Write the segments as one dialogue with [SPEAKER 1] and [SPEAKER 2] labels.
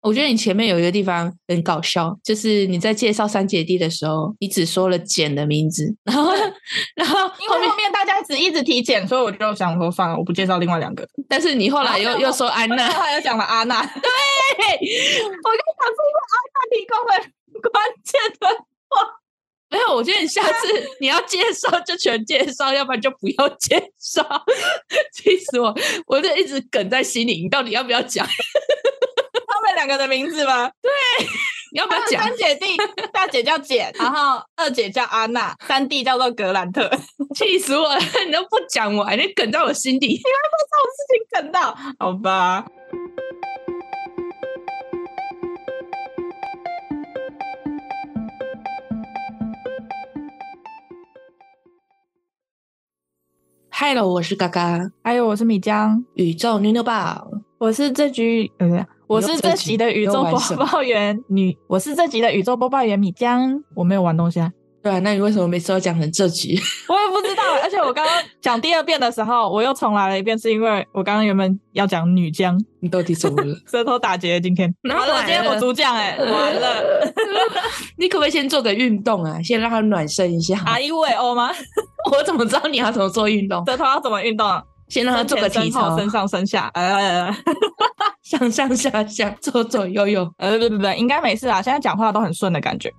[SPEAKER 1] 我觉得你前面有一个地方很搞笑，就是你在介绍三姐弟的时候，你只说了简的名字，然后然后
[SPEAKER 2] 因为后面大家只一直体检，所以我就想说算了，我不介绍另外两个。
[SPEAKER 1] 但是你后来又又说安娜，
[SPEAKER 2] 后来又讲了 阿娜，对，我就想说，因为阿娜提供了关键的，
[SPEAKER 1] 没有，我觉得你下次你要介绍就全介绍，要不然就不要介绍。 气死我！我就一直梗在心里，你到底要不要讲？
[SPEAKER 2] 他们两个的名字吗？
[SPEAKER 1] 你要不
[SPEAKER 2] 他
[SPEAKER 1] 要
[SPEAKER 2] 们
[SPEAKER 1] 讲？
[SPEAKER 2] 三姐弟，大姐叫简，然后二姐叫阿娜，三弟叫做格兰特。
[SPEAKER 1] 气死我了！你都不讲完，你梗在我心底。
[SPEAKER 2] 这种事情梗到，好吧。
[SPEAKER 1] Hello，我是嘎嘎，
[SPEAKER 2] 还哎有我是米江，
[SPEAKER 1] 宇宙妞妞报。
[SPEAKER 2] 我是这局，呃，我是这集的宇宙播报员女，我是这集的宇宙播报员米江。我没有玩东西啊，
[SPEAKER 1] 对啊，那你为什么每次都讲成这集？
[SPEAKER 2] 我也不知道。而且我刚刚讲第二遍的时候，我又重来了一遍，是因为我刚刚原本要讲女江，
[SPEAKER 1] 你到底怎么了？
[SPEAKER 2] 舌头打结。今天，
[SPEAKER 1] 然后
[SPEAKER 2] 完了我今天我主讲哎、完了，
[SPEAKER 1] 你可不可以先做个运动啊？先让它暖身一下。
[SPEAKER 2] 啊，一尾欧吗？
[SPEAKER 1] 我怎么知道你要怎么做运动？
[SPEAKER 2] 舌头要怎么运动？
[SPEAKER 1] 先让它做个体操，
[SPEAKER 2] 身上身下，呃
[SPEAKER 1] 上上下下，左左右右。
[SPEAKER 2] 呃，不不不，应该没事啦。现在讲话都很顺的感觉。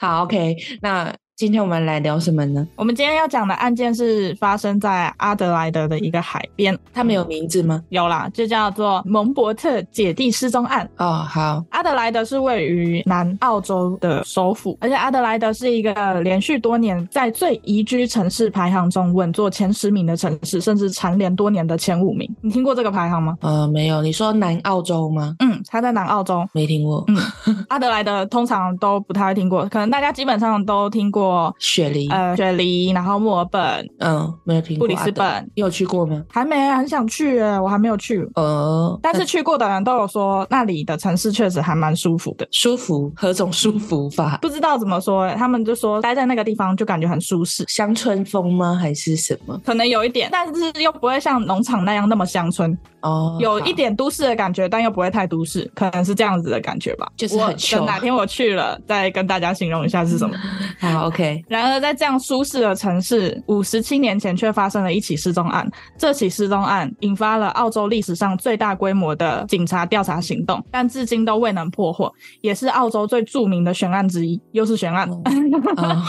[SPEAKER 1] 好，OK，那今天我们来聊什么呢？
[SPEAKER 2] 我们今天要讲的案件是发生在阿德莱德的一个海边，
[SPEAKER 1] 他们有名字吗？
[SPEAKER 2] 有啦，就叫做蒙伯特姐弟失踪案。
[SPEAKER 1] 哦，好，
[SPEAKER 2] 阿德莱德是位于南澳洲的首府，而且阿德莱德是一个连续多年在最宜居城市排行中稳坐前十名的城市，甚至蝉联多年的前五名。你听过这个排行吗？
[SPEAKER 1] 呃，没有，你说南澳洲吗？
[SPEAKER 2] 嗯，它在南澳洲。
[SPEAKER 1] 没听过，
[SPEAKER 2] 阿德莱德通常都不太会听过，可能大家基本上都听过
[SPEAKER 1] 雪梨，
[SPEAKER 2] 呃雪梨，然后墨尔本、
[SPEAKER 1] 嗯，没有听
[SPEAKER 2] 布
[SPEAKER 1] 过。
[SPEAKER 2] 里斯
[SPEAKER 1] 阿德，
[SPEAKER 2] 本，
[SPEAKER 1] 你有去过吗？
[SPEAKER 2] 还没很想去耶，我还没有去。
[SPEAKER 1] 呃，
[SPEAKER 2] 但是
[SPEAKER 1] 那
[SPEAKER 2] 去过的人都有说，那里的城市确实还蛮舒服的。
[SPEAKER 1] 舒服，何种舒服法？
[SPEAKER 2] 不知道怎么说耶，他们就说待在那个地方就感觉很舒适，
[SPEAKER 1] 乡村风吗？还是什么？
[SPEAKER 2] 可能有一点，但是又不会像农场那样那么乡村，
[SPEAKER 1] 哦，
[SPEAKER 2] 有一
[SPEAKER 1] 好，
[SPEAKER 2] 点都市的感觉，但又不会太都市，可能是这样子的感觉吧。
[SPEAKER 1] 就是
[SPEAKER 2] 我
[SPEAKER 1] 很啊嗯
[SPEAKER 2] 等
[SPEAKER 1] chill
[SPEAKER 2] 哪天我去了，再跟大家形容一下是什么。
[SPEAKER 1] 好，OK，
[SPEAKER 2] 然而，在这样舒适的城市，五十七年前却发生了一起失踪案。这起失踪案引发了澳洲历史上最大规模的警察调查行动，但至今都未能破获，也是澳洲最著名的悬案之一，又是悬案。
[SPEAKER 1] 哦，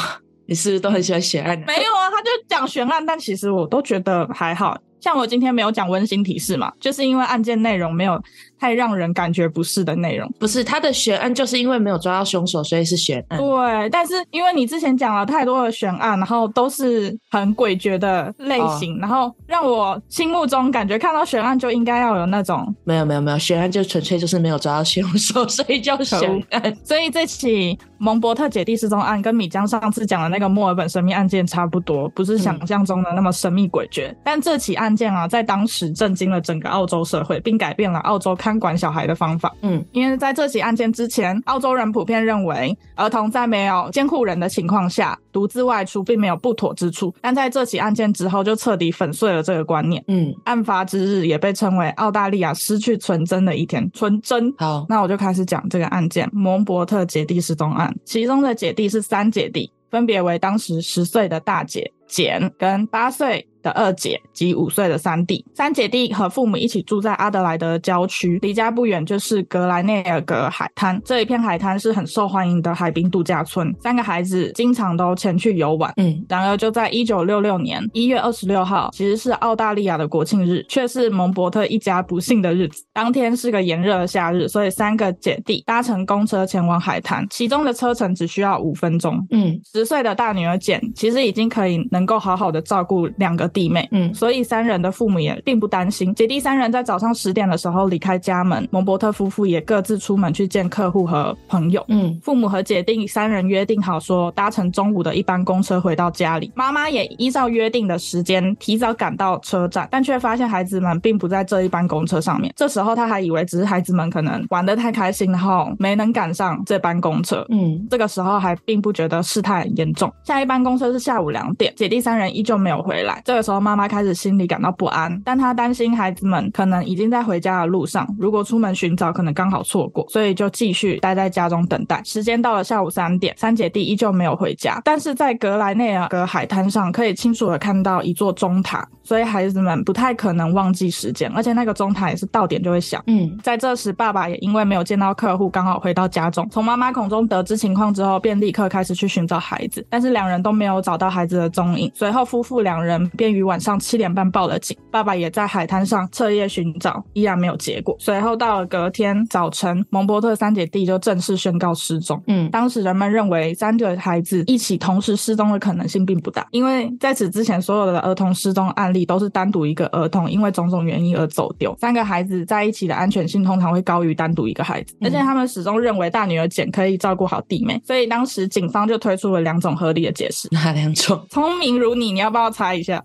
[SPEAKER 1] 你是不是都很喜欢雪案啊？
[SPEAKER 2] 没有啊，他就讲悬案，但其实我都觉得还好。像我今天没有讲温馨提示嘛，就是因为案件内容没有太让人感觉不适的内容。
[SPEAKER 1] 不是，他的悬案就是因为没有抓到凶手，所以是悬案。
[SPEAKER 2] 对，但是因为你之前讲了太多的悬案，然后都是很诡谲的类型，然后让我心目中感觉看到悬案就应该要有那种，
[SPEAKER 1] 没有，没有，没有，悬案就纯粹就是没有抓到凶手，所以叫悬案。
[SPEAKER 2] 所以这起蒙伯特姐弟失踪案跟米江上次讲的那个墨尔本神秘案件差不多，不是想象中的那么神秘诡谲。但这起案件啊，在当时震惊了整个澳洲社会，并改变了澳洲看管小孩的方法。
[SPEAKER 1] 嗯，
[SPEAKER 2] 因为在这起案件之前，澳洲人普遍认为儿童在没有监护人的情况下独自外出并没有不妥之处，但在这起案件之后就彻底粉碎了这个观念。
[SPEAKER 1] 嗯，
[SPEAKER 2] 案发之日也被称为澳大利亚失去纯真的一天，纯真。
[SPEAKER 1] 好，
[SPEAKER 2] 那我就开始讲这个案件——蒙伯特姐弟失踪案。其中的姐弟是三姐弟，分别为当时十岁的大姐简跟八岁的二姐及五岁的三弟。三姐弟和父母一起住在阿德莱德郊区，离家不远就是格莱内尔格海滩。这一片海滩是很受欢迎的海滨度假村，三个孩子经常都前去游玩。
[SPEAKER 1] 嗯，
[SPEAKER 2] 然而，就在一九六六年一月二十六号，其实是澳大利亚的国庆日，却是蒙伯特一家不幸的日子。当天是个炎热的夏日，所以三个姐弟搭乘公车前往海滩，其中的车程只需要五分钟。
[SPEAKER 1] 嗯，
[SPEAKER 2] 十岁的大女儿简其实已经可以能够好好的照顾两个弟妹，
[SPEAKER 1] 嗯
[SPEAKER 2] 所以三人的父母也并不担心。姐弟三人在早上十点的时候离开家门，蒙伯特夫妇也各自出门去见客户和朋友。
[SPEAKER 1] 嗯，
[SPEAKER 2] 父母和姐弟三人约定好说，搭乘中午的一班公车回到家里。妈妈也依照约定的时间提早赶到车站，但却发现孩子们并不在这一班公车上面。这时候她还以为只是孩子们可能玩得太开心，然后没能赶上这班公车。
[SPEAKER 1] 嗯，
[SPEAKER 2] 这个时候还并不觉得事态很严重。下一班公车是下午两点，姐弟三人依旧没有回来。这个个时候，妈妈开始心里感到不安，但她担心孩子们可能已经在回家的路上，如果出门寻找，可能刚好错过，所以就继续待在家中等待。时间到了下午三点，三姐弟依旧没有回家，但是在格莱内尔格海滩上可以清楚的看到一座钟塔，所以孩子们不太可能忘记时间，而且那个钟塔也是到点就会响。
[SPEAKER 1] 嗯，
[SPEAKER 2] 在这时，爸爸也因为没有见到客户，刚好回到家中。从妈妈口中得知情况之后，便立刻开始去寻找孩子，但是两人都没有找到孩子的踪影。随后，夫妇两人便于晚上七点半报了警。爸爸也在海滩上彻夜寻找，依然没有结果。随后到了隔天早晨，蒙伯特三姐弟就正式宣告失踪。
[SPEAKER 1] 嗯，
[SPEAKER 2] 当时人们认为三个孩子一起同时失踪的可能性并不大，因为在此之前所有的儿童失踪案例都是单独一个儿童因为种种原因而走丢，三个孩子在一起的安全性通常会高于单独一个孩子，
[SPEAKER 1] 嗯
[SPEAKER 2] 而且他们始终认为大女儿简可以照顾好弟妹，所以当时警方就推出了两种合理的解释。
[SPEAKER 1] 哪两种？
[SPEAKER 2] 聪明如你，你要帮我猜一下，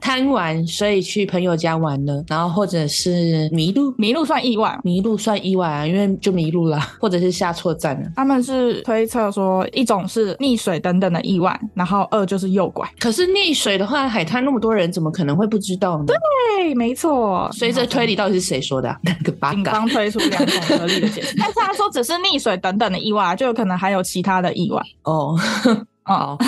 [SPEAKER 1] 贪玩，所以去朋友家玩了，然后或者是迷路，
[SPEAKER 2] 迷路算意外。
[SPEAKER 1] 迷路算意外啊，因为就迷路了， 或者是下错站啊了。
[SPEAKER 2] 他们是推测说，一种是溺水等等的意外，然后二就是诱拐。
[SPEAKER 1] 可是溺水的话，海滩那么多人，怎么可能会不知道呢？
[SPEAKER 2] 对，啊没错。
[SPEAKER 1] 随着推理，到底是谁说的、啊？那个八
[SPEAKER 2] 警
[SPEAKER 1] 嘎，
[SPEAKER 2] 方推出两种合理的解释， 但是他说只是溺水等等的意外，就有可能还有其他的意外
[SPEAKER 1] 哦，
[SPEAKER 2] 哦。
[SPEAKER 1] 好，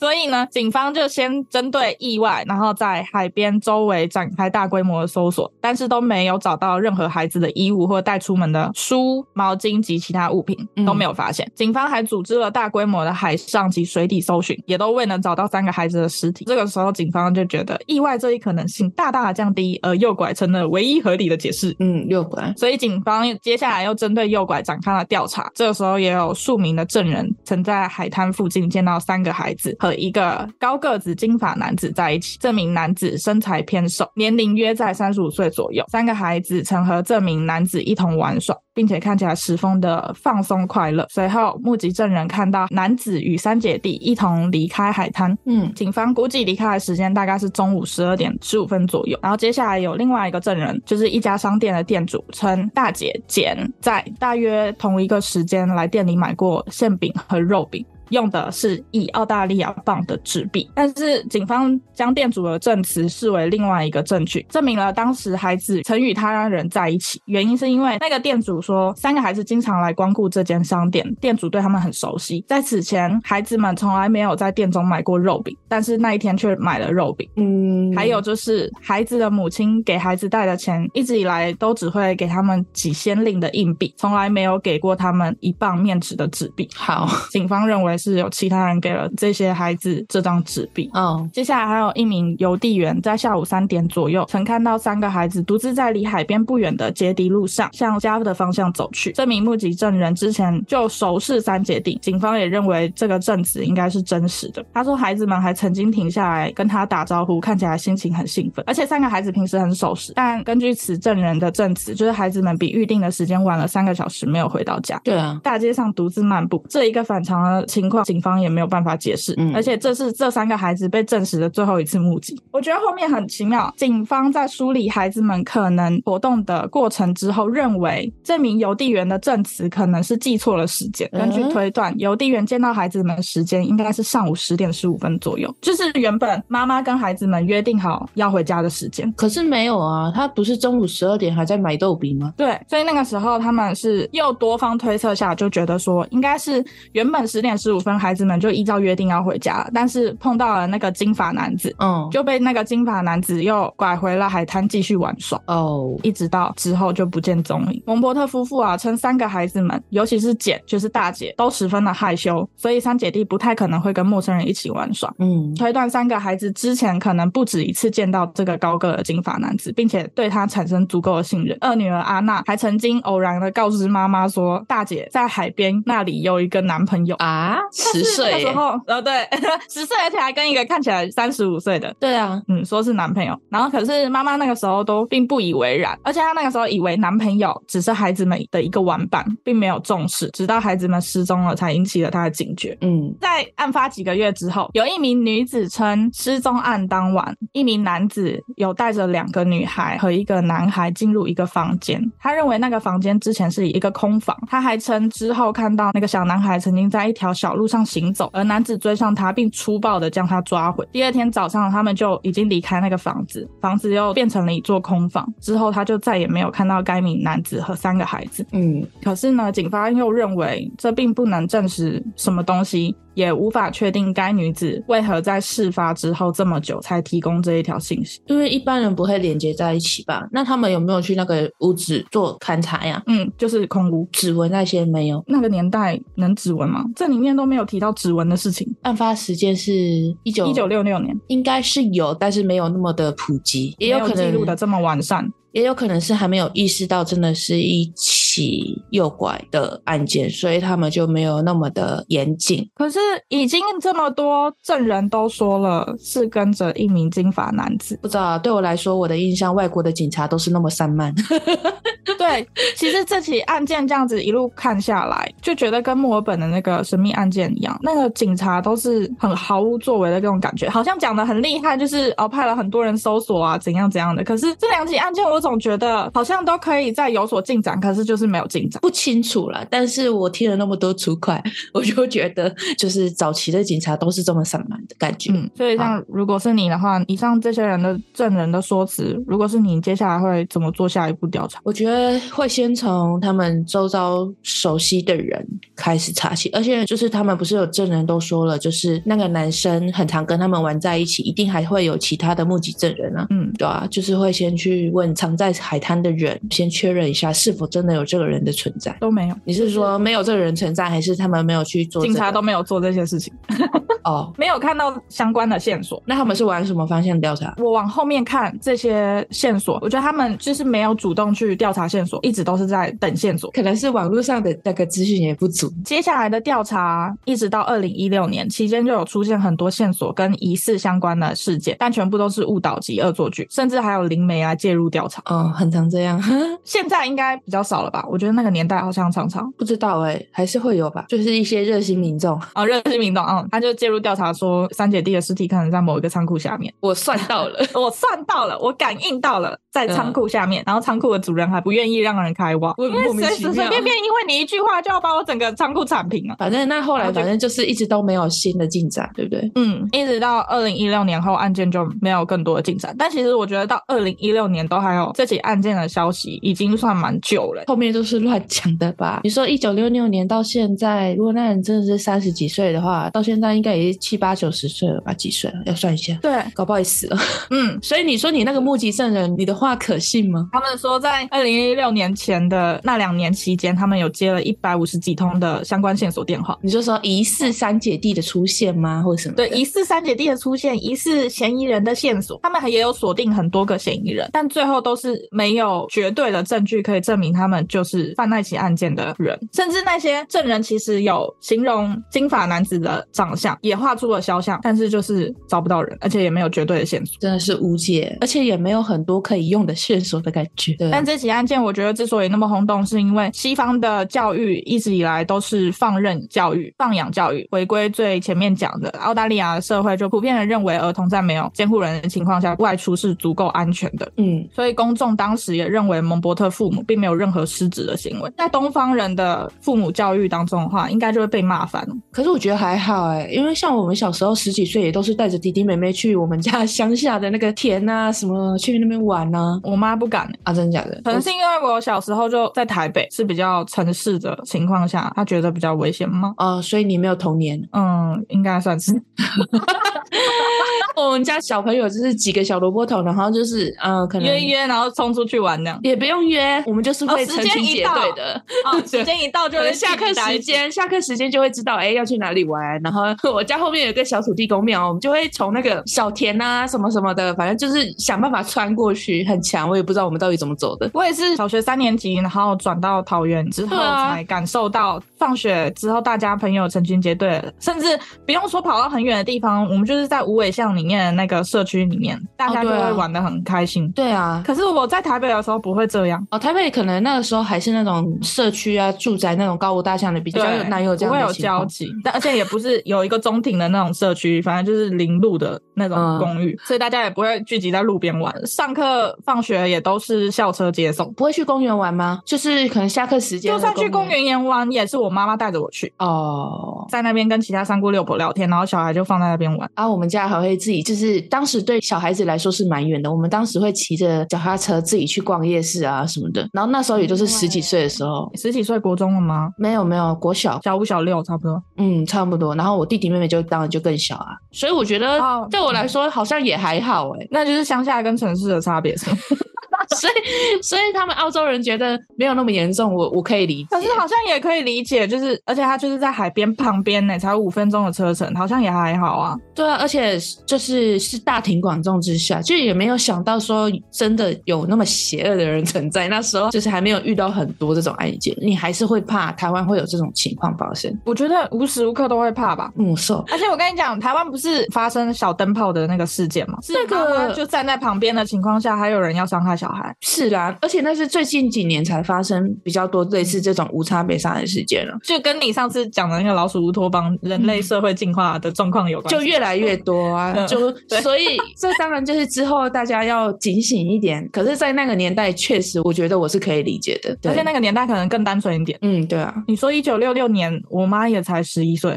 [SPEAKER 2] 所以呢，警方就先针对意外，然后在海边周围展开大规模的搜索，但是都没有找到任何孩子的衣物或带出门的书、毛巾及其他物品，
[SPEAKER 1] 嗯
[SPEAKER 2] 都没有发现。警方还组织了大规模的海上及水底搜寻，也都未能找到三个孩子的尸体。这个时候，警方就觉得意外这一可能性大大的降低，而诱拐成了唯一合理的解释。
[SPEAKER 1] 嗯，六拐，
[SPEAKER 2] 所以警方接下来又针对诱拐展开了调查。这个时候也有数名的证人曾在海滩附近见到三个孩子和一个高个子金发男子在一起。这名男子身材偏瘦，年龄约在三十五岁左右。三个孩子曾和这名男子一同玩耍。并且看起来十分的放松快乐。随后，目击证人看到男子与三姐弟一同离开海滩，
[SPEAKER 1] 嗯
[SPEAKER 2] 警方估计离开的时间大概是中午十二点十五分左右。然后接下来有另外一个证人，就是一家商店的店主称大姐简在大约同一个时间来店里买过馅饼和肉饼。用的是以澳大利亚镑的纸币，但是警方将店主的证词视为另外一个证据，证明了当时孩子曾与他人在一起。原因是因为那个店主说，三个孩子经常来光顾这间商店，店主对他们很熟悉。在此前，孩子们从来没有在店中买过肉饼，但是那一天却买了肉饼。
[SPEAKER 1] 嗯，
[SPEAKER 2] 还有就是，孩子的母亲给孩子带的钱，一直以来都只会给他们几先令的硬币，从来没有给过他们一磅面值的纸币。
[SPEAKER 1] 好，
[SPEAKER 2] 警方认为是有其他人给了这些孩子这张纸币。
[SPEAKER 1] 哦，
[SPEAKER 2] 接下来还有一名邮递员在下午三点左右，曾看到三个孩子独自在离海边不远的杰迪路上向家的方向走去。这名目击证人之前就熟视三姐弟，警方也认为这个证词应该是真实的。他说孩子们还曾经停下来跟他打招呼，看起来心情很兴奋，而且三个孩子平时很守时，但根据此证人的证词，就是孩子们比预定的时间晚了三个小时没有回到家。
[SPEAKER 1] 对啊，
[SPEAKER 2] 大街上独自漫步，这一个反常的情况，警方也没有办法解释。
[SPEAKER 1] 嗯
[SPEAKER 2] 而且这是这三个孩子被证实的最后一次目击。我觉得后面很奇妙，警方在梳理孩子们可能活动的过程之后，认为这名邮递员的证词可能是记错了时间。根据
[SPEAKER 1] 嗯
[SPEAKER 2] 推断，邮递员见到孩子们的时间应该是上午十点十五分左右，就是原本妈妈跟孩子们约定好要回家的时间。
[SPEAKER 1] 可是没有啊，他不是中午十二点还在买豆饼吗？
[SPEAKER 2] 对，所以那个时候他们是又多方推测下，就觉得说应该是原本十点十五分孩子们就依照约定要回家了，但是碰到了那个金发男子，
[SPEAKER 1] 嗯，
[SPEAKER 2] 就被那个金发男子又拐回了海滩继续玩耍。
[SPEAKER 1] 哦，
[SPEAKER 2] 一直到之后就不见踪影。蒙伯特夫妇啊，称三个孩子们，尤其是简，就是大姐，都十分的害羞，所以三姐弟不太可能会跟陌生人一起玩耍。
[SPEAKER 1] 嗯，
[SPEAKER 2] 推断三个孩子之前可能不止一次见到这个高个的金发男子，并且对他产生足够的信任。二女儿阿娜还曾经偶然的告知妈妈说，大姐在海边那里有一个男朋友。
[SPEAKER 1] 啊，十岁
[SPEAKER 2] 那
[SPEAKER 1] 耶
[SPEAKER 2] 时候，呃，对， 十岁，而且还跟一个看起来三十五岁的，
[SPEAKER 1] 对啊，
[SPEAKER 2] 嗯，说是男朋友。然后可是妈妈那个时候都并不以为然，而且她那个时候以为男朋友只是孩子们的一个玩伴，并没有重视，直到孩子们失踪了，才引起了她的警觉。
[SPEAKER 1] 嗯，
[SPEAKER 2] 在案发几个月之后，有一名女子称失踪案当晚，一名男子有带着两个女孩和一个男孩进入一个房间。他认为那个房间之前是一个空房。他还称之后看到那个小男孩曾经在一条小路上行走，而男子追上他，并粗暴的将他抓回。第二天早上，他们就已经离开那个房子，房子又变成了一座空房。之后，他就再也没有看到该名男子和三个孩子。
[SPEAKER 1] 嗯，
[SPEAKER 2] 可是呢，警方又认为这并不能证实什么东西，也无法确定该女子为何在事发之后这么久才提供这一条信息。
[SPEAKER 1] 因为一般人不会连接在一起吧？那他们有没有去那个屋子做勘察呀？
[SPEAKER 2] 嗯，就是空屋。
[SPEAKER 1] 指纹那些没有。
[SPEAKER 2] 那个年代能指纹吗？这里面都没有提到指纹的事情。
[SPEAKER 1] 案发时间是一九
[SPEAKER 2] 一九，六六年，
[SPEAKER 1] 应该是有，但是没有那么的普及，也有
[SPEAKER 2] 没
[SPEAKER 1] 可
[SPEAKER 2] 记录
[SPEAKER 1] 能
[SPEAKER 2] 的这么完善。
[SPEAKER 1] 也有可能是还没有意识到，真的是一起诱拐的案件，所以他们就没有那么的严谨。
[SPEAKER 2] 可是已经这么多证人都说了，是跟着一名金发男子。
[SPEAKER 1] 不知道啊对我来说，我的印象，外国的警察都是那么散漫。
[SPEAKER 2] 对，其实这起案件这样子一路看下来，就觉得跟墨尔本的那个神秘案件一样，那个警察都是很毫无作为的这种感觉，好像讲的很厉害，就是哦派了很多人搜索啊，怎样怎样的。可是这两起案件，我总觉得好像都可以再有所进展，可是就是没有进展。
[SPEAKER 1] 不清楚啦，但是我听了那么多粗快， 我就觉得就是早期的警察都是这么散漫的感觉。
[SPEAKER 2] 嗯，所以像如果是你的话，以上这些人的证人的说辞，如果是你，接下来会怎么做下一步调查？
[SPEAKER 1] 我觉得会先从他们周遭熟悉的人开始查起，而且就是他们不是有证人都说了，就是那个男生很常跟他们玩在一起，一定还会有其他的目击证人啊。
[SPEAKER 2] 嗯，
[SPEAKER 1] 对啊，就是会先去问常在海滩的人，先确认一下是否真的有这个人的存在。
[SPEAKER 2] 都没有，
[SPEAKER 1] 你是说没有这个人存在，还是他们没有去做、这个？
[SPEAKER 2] 警察都没有做这些事情，
[SPEAKER 1] 哦，
[SPEAKER 2] 没有看到相关的线索。
[SPEAKER 1] 那他们是往什么方向调查？
[SPEAKER 2] 我往后面看这些线索，我觉得他们就是没有主动去调查线索，一直都是在等线索。
[SPEAKER 1] 可能是网络上的那个资讯也不足。
[SPEAKER 2] 接下来的调查一直到二零一六年期间，就有出现很多线索跟疑似相关的事件，但全部都是误导及恶作剧，甚至还有灵媒来介入调查。
[SPEAKER 1] 哦，很常这样，
[SPEAKER 2] 现在应该比较少了吧？我觉得那个年代好像常常
[SPEAKER 1] 不知道哎、还是会有吧，就是一些热心民众。
[SPEAKER 2] 啊，热心民众啊，他就介入调查说三姐弟的尸体可能在某一个仓库下面。
[SPEAKER 1] 我算到了，
[SPEAKER 2] 我算到了，我感应到了，在仓库下面，然后仓库的主人还不愿意让人开挖，
[SPEAKER 1] 嗯我
[SPEAKER 2] 因为
[SPEAKER 1] 莫名
[SPEAKER 2] 随
[SPEAKER 1] 其
[SPEAKER 2] 随随
[SPEAKER 1] 妙
[SPEAKER 2] 便便，因为你一句话就要把我整个仓库铲平了。
[SPEAKER 1] 反正那后来
[SPEAKER 2] 然后就
[SPEAKER 1] 反正就是一直都没有新的进展，对不对？
[SPEAKER 2] 嗯，一直到二零一六年后，案件就没有更多的进展。但其实我觉得到二零一六年都还有这起案件的消息，已经算蛮久了。
[SPEAKER 1] 后面都是乱讲的吧？你说一九六六年到现在，如果那人真的是三十几岁的话，到现在应该也是七八九十岁了吧？几岁了？要算一下，
[SPEAKER 2] 对，
[SPEAKER 1] 搞不好也死了。
[SPEAKER 2] 嗯，
[SPEAKER 1] 所以你说你那个目击证人，你的话可信吗？
[SPEAKER 2] 他们说在二零一六年前的那两年期间，他们有接了一百五十几通的相关线索电话。
[SPEAKER 1] 你就说疑似三姐弟的出现吗，或者什么的？
[SPEAKER 2] 对疑似三姐弟的出现，疑似嫌疑人的线索，他们还也有锁定很多个嫌疑人，但最后都是没有绝对的证据可以证明他们就是犯那起案件的人，甚至那些证人其实有形容金发男子的长相，也画出了肖像，但是就是找不到人，而且也没有绝对的线索。
[SPEAKER 1] 真的是无解，而且也没有很多可以用的线索的感觉。对啊
[SPEAKER 2] 但这起案件，我觉得之所以那么轰动，是因为西方的教育一直以来都是放任教育、放养教育。回归最前面讲的，澳大利亚的社会就普遍的认为，儿童在没有监护人的情况下外出是足够安全的。
[SPEAKER 1] 嗯，
[SPEAKER 2] 所以公众当时也认为蒙伯特父母并没有任何失职的行为。在东方人的父母教育当中的话，应该就会被骂翻。
[SPEAKER 1] 可是我觉得还好哎、因为像我们小时候十几岁，也都是带着弟弟妹妹去我们家乡下的那个田啊，什么去那边玩啊。
[SPEAKER 2] 我妈不敢、
[SPEAKER 1] 啊，真的假的？
[SPEAKER 2] 可能是因为我小时候就在台北，是比较城市的情况下，她觉得比较危险吗？
[SPEAKER 1] 啊、所以你没有童年。
[SPEAKER 2] 嗯，应该算是。
[SPEAKER 1] 啊我们家小朋友就是几个小萝卜头，然后就是嗯、呃可能
[SPEAKER 2] 约一约，然后冲出去玩那样。
[SPEAKER 1] 也不用约，我们就是
[SPEAKER 2] 哦
[SPEAKER 1] 会
[SPEAKER 2] 时
[SPEAKER 1] 成
[SPEAKER 2] 间
[SPEAKER 1] 群
[SPEAKER 2] 一
[SPEAKER 1] 结
[SPEAKER 2] 到
[SPEAKER 1] 队的。
[SPEAKER 2] 哦，时间一到就
[SPEAKER 1] 可能
[SPEAKER 2] 是
[SPEAKER 1] 下课时，间，下课时间就会知道，哎、要去哪里玩。 然后我家后面有一个小土地公庙，我们就会从那个小田啊什么什么的，反正就是想办法穿过去。很强，我也不知道我们到底怎么走的。
[SPEAKER 2] 我也是小学三年级，然后转到桃园之后，
[SPEAKER 1] 对啊
[SPEAKER 2] 才感受到放学之后大家朋友成群结队了，甚至不用说跑到很远的地方，我们就是在无尾巷里面的那个社区里面，大家就
[SPEAKER 1] 对啊
[SPEAKER 2] 会玩的很开心。
[SPEAKER 1] 对啊，
[SPEAKER 2] 可是我在台北的时候不会这样，
[SPEAKER 1] 哦，台北可能那个时候还是那种社区啊、住宅那种高楼大厦的，比较有
[SPEAKER 2] 对
[SPEAKER 1] 难有这
[SPEAKER 2] 不
[SPEAKER 1] 样
[SPEAKER 2] 会
[SPEAKER 1] 的
[SPEAKER 2] 有
[SPEAKER 1] 情
[SPEAKER 2] 交
[SPEAKER 1] 况。
[SPEAKER 2] 集，但而且也不是有一个中庭的那种社区，反正就是零路的那
[SPEAKER 1] 嗯
[SPEAKER 2] 种公寓，所以大家也不会聚集在路边玩。上课、放学也都是校车接送，
[SPEAKER 1] 不会去公园玩吗？就是可能下课时间
[SPEAKER 2] 就
[SPEAKER 1] 的
[SPEAKER 2] 算去公
[SPEAKER 1] 公
[SPEAKER 2] 园玩，也是我妈妈带着我去，
[SPEAKER 1] 哦。
[SPEAKER 2] 在那边跟其他三姑六婆聊天，然后小孩就放在那边玩。
[SPEAKER 1] 啊，我们家还会自己，就是当时对小孩子来说是蛮远的。我们当时会骑着脚踏车自己去逛夜市啊什么的。然后那时候也
[SPEAKER 2] 哦
[SPEAKER 1] 就是十几岁的时候，
[SPEAKER 2] 十几岁国中了吗？
[SPEAKER 1] 没有没有国小，
[SPEAKER 2] 小五、小六差不多。
[SPEAKER 1] 嗯，差不多。然后我弟弟妹妹就当然就更小啊，所以我觉得
[SPEAKER 2] 哦
[SPEAKER 1] 对我来说好像也还好哎、
[SPEAKER 2] 那就是乡下跟城市的差别是吗，
[SPEAKER 1] 所以 所以他们澳洲人觉得没有那么严重，我我可以理解
[SPEAKER 2] 可。是好像也可以理解，就是而且它就是在海边旁边呢，才五分钟的车程，好像也还好啊。
[SPEAKER 1] 对啊，而且就是是大庭广众之下，就也没有想到说真的有那么邪恶的人存在。那时候就是还没有遇到很多这种案件，你还是会怕台湾会有这种情况发生。
[SPEAKER 2] 我觉得无时无刻都会怕吧。
[SPEAKER 1] 嗯，是哦，
[SPEAKER 2] 而且我跟你讲，台湾不是发生小灯泡的那个事件吗？是
[SPEAKER 1] 那个
[SPEAKER 2] 妈妈就站在旁边的情况下，还有人要伤害小孩，
[SPEAKER 1] 是啦，而且那是最近几年才发生比较多类似这种无差别杀人事件了，
[SPEAKER 2] 就跟你上次讲的那个老鼠乌托邦人类社会进化的状况有关系。
[SPEAKER 1] 就越来越多啊，
[SPEAKER 2] 嗯
[SPEAKER 1] 就
[SPEAKER 2] 对
[SPEAKER 1] 所以这当然就是之后大家要警醒一点。可是，在那个年代，确实我觉得我是可以理解的。对
[SPEAKER 2] 而且那个年代可能更单纯一点。
[SPEAKER 1] 嗯，对啊，
[SPEAKER 2] 你说一九六六年，我妈也才十 一岁，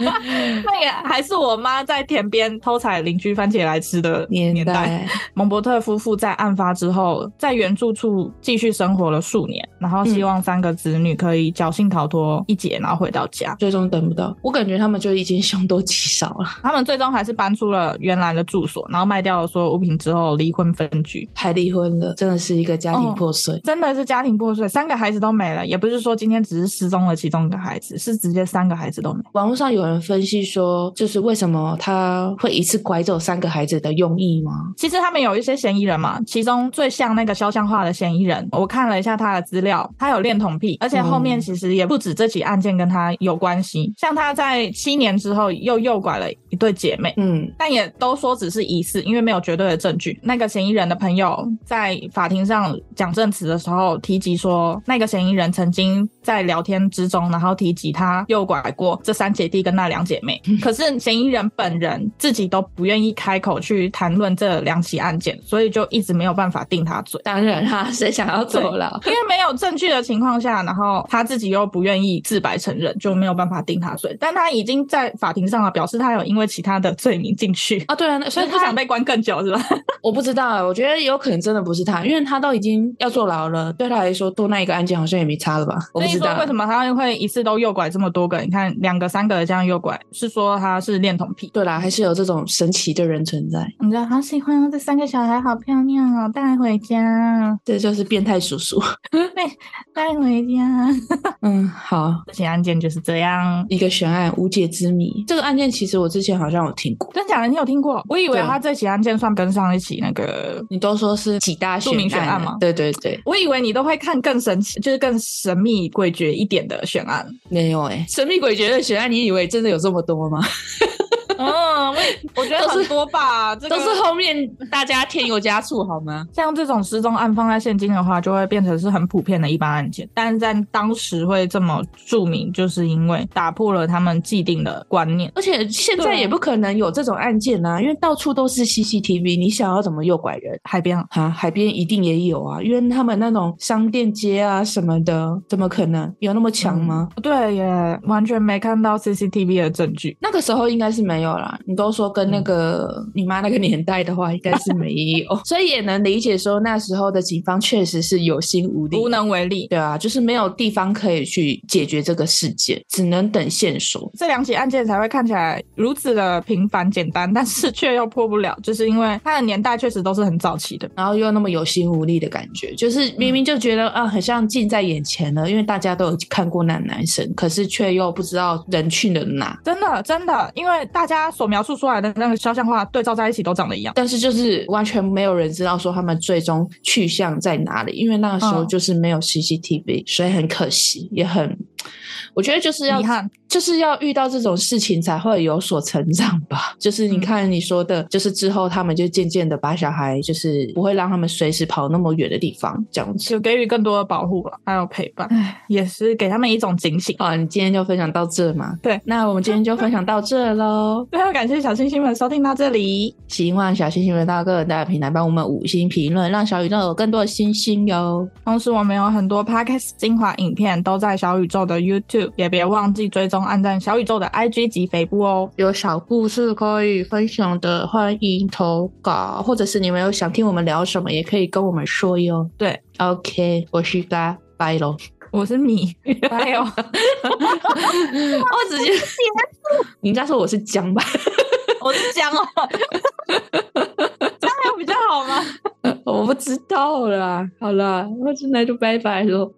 [SPEAKER 2] 那也还是我妈在田边偷采邻居番茄来吃的年
[SPEAKER 1] 年
[SPEAKER 2] 代。
[SPEAKER 1] 代
[SPEAKER 2] 蒙伯特夫妇在案发之后，在原住处继续生活了数年，然后希望三个子女可以侥幸逃脱一劫，然后回到家。
[SPEAKER 1] 最终等不到，我感觉他们就已经凶多吉少了。
[SPEAKER 2] 他们最终还是搬出了原来的住所，然后卖掉了所有物品之后离婚分居。
[SPEAKER 1] 还离婚了，真的是一个家
[SPEAKER 2] 哦
[SPEAKER 1] 庭破碎。
[SPEAKER 2] 真的是家庭破碎，三个孩子都没了，也不是说今天只是失踪了其中一个孩子，是直接三个孩子都没。
[SPEAKER 1] 网络上有人分析说，就是为什么他会一次拐走三个孩子的用意吗？
[SPEAKER 2] 其实他们有一些嫌疑人嘛，其中最像那个肖像画的嫌疑人，我看了一下他的资料，他有恋童癖，而且后面
[SPEAKER 1] 嗯
[SPEAKER 2] 其实也不止这起案件跟他有关系，像他在七年之后又诱拐了一对姐妹。
[SPEAKER 1] 嗯，
[SPEAKER 2] 但也都说只是疑似，因为没有绝对的证据。那个嫌疑人的朋友在法庭上讲证词的时候提及说，那个嫌疑人曾经在聊天之中，然后提及他诱拐过这三姐弟跟那两姐妹。可是嫌疑人本人自己都不愿意开口去谈论这两起案件，所以就一直没有办法定他罪。
[SPEAKER 1] 当然啦、谁想要
[SPEAKER 2] 坐
[SPEAKER 1] 牢？
[SPEAKER 2] 因为没有证据的情况下，然后他自己又不愿意自白承认，就没有办法定他罪。但他已经在法庭上了表示，他有因为其他的罪名进去。
[SPEAKER 1] 啊，对啊，那所
[SPEAKER 2] 所
[SPEAKER 1] 以
[SPEAKER 2] 以不
[SPEAKER 1] 他
[SPEAKER 2] 想被关更久是吧？
[SPEAKER 1] 我不知道啊，我觉得有可能真的不是他，因为他都已经要坐牢了，对他来说多那一个案件好像也没差了吧？我
[SPEAKER 2] 所
[SPEAKER 1] 不
[SPEAKER 2] 以
[SPEAKER 1] 知
[SPEAKER 2] 说
[SPEAKER 1] 道
[SPEAKER 2] 为什么他会一次都诱拐这么多个？你看两个、三个的这样诱拐，是说他是恋童癖。
[SPEAKER 1] 对啦，还是有这种神奇的人存在，
[SPEAKER 2] 你知道好喜欢哦，这三个小孩好漂亮哦，带回 家，
[SPEAKER 1] 这就是变态叔叔。
[SPEAKER 2] 带回家。
[SPEAKER 1] 嗯，好，
[SPEAKER 2] 这起案件就是这样。
[SPEAKER 1] 一个悬案无解之谜。这个案件其实我之前好像有听过，
[SPEAKER 2] 真假的，你有听过？我以为
[SPEAKER 1] 对
[SPEAKER 2] 他这起案件算跟上一起那个，
[SPEAKER 1] 你都说是几大
[SPEAKER 2] 著名悬案
[SPEAKER 1] 了
[SPEAKER 2] 吗
[SPEAKER 1] 对对对，
[SPEAKER 2] 我以为你都会看更神奇，就是更神秘诡谲一点的悬案。
[SPEAKER 1] 没有哎、神秘诡谲的悬案，你以为真的有这么多吗？
[SPEAKER 2] 嗯，我我 觉得很多吧，这
[SPEAKER 1] 都
[SPEAKER 2] 个
[SPEAKER 1] 是后面大家添油加醋好吗？
[SPEAKER 2] 像这种失踪案放在现今的话，就会变成是很普遍的一般案件，但是在当时会这么著名，就是因为打破了他们既定的观念。
[SPEAKER 1] 而且现
[SPEAKER 2] 对
[SPEAKER 1] 在
[SPEAKER 2] 啊
[SPEAKER 1] 也不可能有这种案件啊，因为到处都是 CCTV，你想要怎么诱拐人？
[SPEAKER 2] 海边啊
[SPEAKER 1] 啊，海边一定也有啊，因为他们那种商店街啊什么的，怎么可能有那么强吗？
[SPEAKER 2] 对耶，完全没看到 CCTV 的证据。
[SPEAKER 1] 那个时候应该是没有啦。你都说跟那个、你妈那个年代的话，应该是没有， 所以也能理解说那时候的警方确实是有心无力，
[SPEAKER 2] 无能为力。
[SPEAKER 1] 对啊，就是没有地方可以去解决这个事件，只能等线索。
[SPEAKER 2] 这两起案件才会看起来如此的平凡简单，但是却又破不了，就是因为它的年代确实都是很早期的。
[SPEAKER 1] 然后又那么有心无力的感觉，就是明明就觉得、啊，很像近在眼前了，因为大家都有看过那男生，可是却又不知道人去了哪。
[SPEAKER 2] 真的，真的，因为大家所描述出来的那个肖像画对照在一起都长得一样。
[SPEAKER 1] 但是就是完全没有人知道说他们最终去向在哪里，因为那个时候
[SPEAKER 2] 嗯
[SPEAKER 1] 就是没有 CCTV，、所以很可惜，也很，我觉得就是要
[SPEAKER 2] 遗憾
[SPEAKER 1] 就是要遇到这种事情才会有所成长吧。就是你看你说的，就是之后他们就渐渐的把小孩，就是不会让他们随时跑那么远的地方这样子。
[SPEAKER 2] 就给予更多的保护了，还有陪伴，唉，也是给他们一种警醒。
[SPEAKER 1] 好，你今天就分享到这嘛？
[SPEAKER 2] 对，
[SPEAKER 1] 那我们今天就分享到这喽。
[SPEAKER 2] 最后感谢小星星们收听到这里，
[SPEAKER 1] 希望小星星们到各大平台帮我们五星评论，让小宇宙有更多的星星哟。
[SPEAKER 2] 同时我们有很多 podcast 精华影片都在小宇宙的 YouTube，也别忘记追踪按赞小宇宙的 IG 及肥布哦。
[SPEAKER 1] 有小故事可以分享的，欢迎投稿，或者是你们有想听我们聊什么，也可以跟我们说哟。
[SPEAKER 2] 对
[SPEAKER 1] ，OK，我是嘎，拜喽。
[SPEAKER 2] 我是米，还 有
[SPEAKER 1] 我直接 你应该说我是江吧？
[SPEAKER 2] 我是江 哦，这样有比较好吗？
[SPEAKER 1] 我不知道啦。好啦，那现在就拜拜喽。